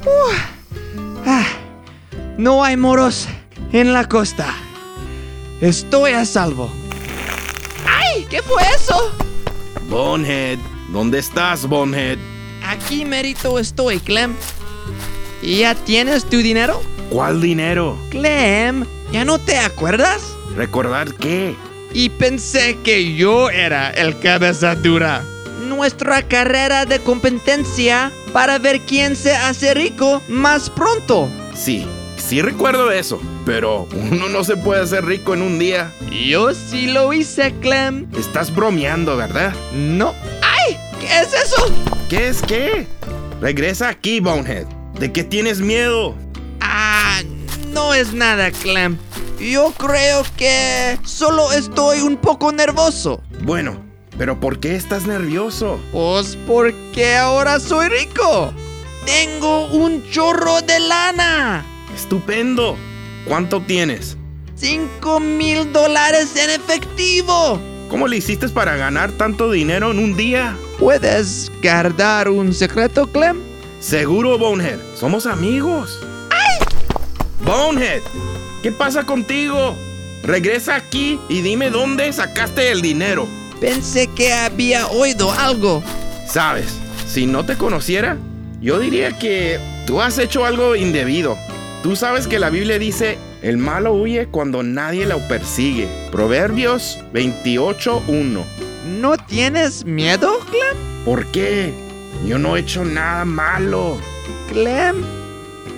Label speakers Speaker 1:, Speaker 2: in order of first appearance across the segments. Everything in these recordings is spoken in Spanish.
Speaker 1: Uh, ah, no hay moros en la costa. Estoy a salvo. ¡Ay! ¿Qué fue eso?
Speaker 2: Bonehead, ¿dónde estás, Bonehead?
Speaker 1: Aquí merito estoy, Clem. ¿Y ¿Ya tienes tu dinero?
Speaker 2: ¿Cuál dinero?
Speaker 1: Clem, ¿ya no te acuerdas?
Speaker 2: ¿Recordar qué?
Speaker 1: Y pensé que yo era el cabeza dura. Nuestra carrera de competencia para ver quién se hace rico más pronto.
Speaker 2: Sí, sí recuerdo eso, pero uno no se puede hacer rico en un día.
Speaker 1: Yo sí lo hice, Clem.
Speaker 2: Estás bromeando, ¿verdad?
Speaker 1: No. ¡Ay! ¿Qué es eso?
Speaker 2: ¿Qué es qué? Regresa aquí, Bonehead. ¿De qué tienes miedo?
Speaker 1: Ah, no es nada, Clem. Yo creo que solo estoy un poco nervioso.
Speaker 2: Bueno, pero ¿por qué estás nervioso?
Speaker 1: Pues porque ahora soy rico. Tengo un chorro de lana.
Speaker 2: Estupendo. ¿Cuánto tienes?
Speaker 1: Cinco mil dólares en efectivo.
Speaker 2: ¿Cómo le hiciste para ganar tanto dinero en un día?
Speaker 1: ¿Puedes guardar un secreto, Clem?
Speaker 2: Seguro, Bonehead. Somos amigos.
Speaker 1: ¡Ay!
Speaker 2: Bonehead, ¿qué pasa contigo? Regresa aquí y dime dónde sacaste el dinero.
Speaker 1: Pensé que había oído algo.
Speaker 2: Sabes, si no te conociera, yo diría que tú has hecho algo indebido. Tú sabes que la Biblia dice, el malo huye cuando nadie lo persigue. Proverbios 28.1.
Speaker 1: ¿No tienes miedo, Clem?
Speaker 2: ¿Por qué? Yo no he hecho nada malo.
Speaker 1: Clem,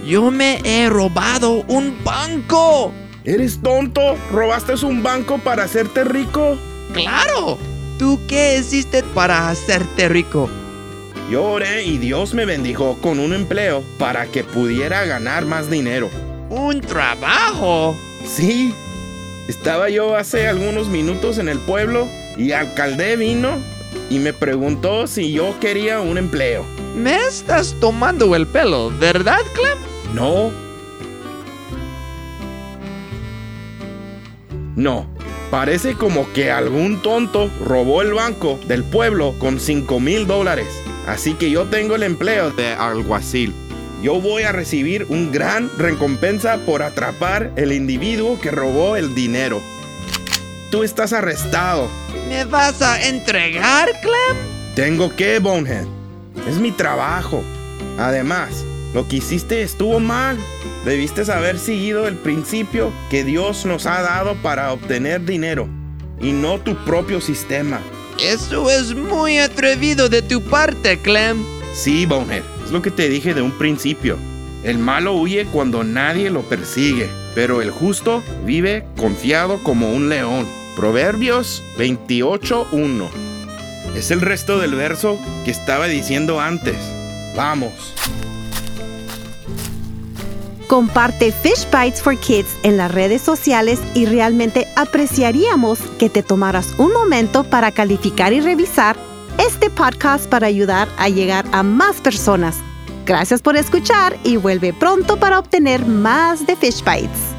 Speaker 1: yo me he robado un banco.
Speaker 2: ¿Eres tonto? ¿Robaste un banco para hacerte rico?
Speaker 1: Claro. ¿Tú qué hiciste para hacerte rico?
Speaker 2: Yo oré y Dios me bendijo con un empleo para que pudiera ganar más dinero.
Speaker 1: ¿Un trabajo?
Speaker 2: Sí. Estaba yo hace algunos minutos en el pueblo y alcalde vino y me preguntó si yo quería un empleo.
Speaker 1: Me estás tomando el pelo, ¿verdad, Clem?
Speaker 2: No. No. Parece como que algún tonto robó el banco del pueblo con 5 mil dólares. Así que yo tengo el empleo de alguacil. Yo voy a recibir un gran recompensa por atrapar el individuo que robó el dinero. Tú estás arrestado.
Speaker 1: ¿Me vas a entregar, Clem?
Speaker 2: Tengo que, Bonehead. Es mi trabajo. Además, lo que hiciste estuvo mal. Debiste haber seguido el principio que Dios nos ha dado para obtener dinero y no tu propio sistema.
Speaker 1: Eso es muy atrevido de tu parte, Clem.
Speaker 2: Sí, Boner, es lo que te dije de un principio. El malo huye cuando nadie lo persigue, pero el justo vive confiado como un león. Proverbios 28.1. Es el resto del verso que estaba diciendo antes. Vamos.
Speaker 3: Comparte Fish Bites for Kids en las redes sociales y realmente apreciaríamos que te tomaras un momento para calificar y revisar este podcast para ayudar a llegar a más personas. Gracias por escuchar y vuelve pronto para obtener más de Fish Bites.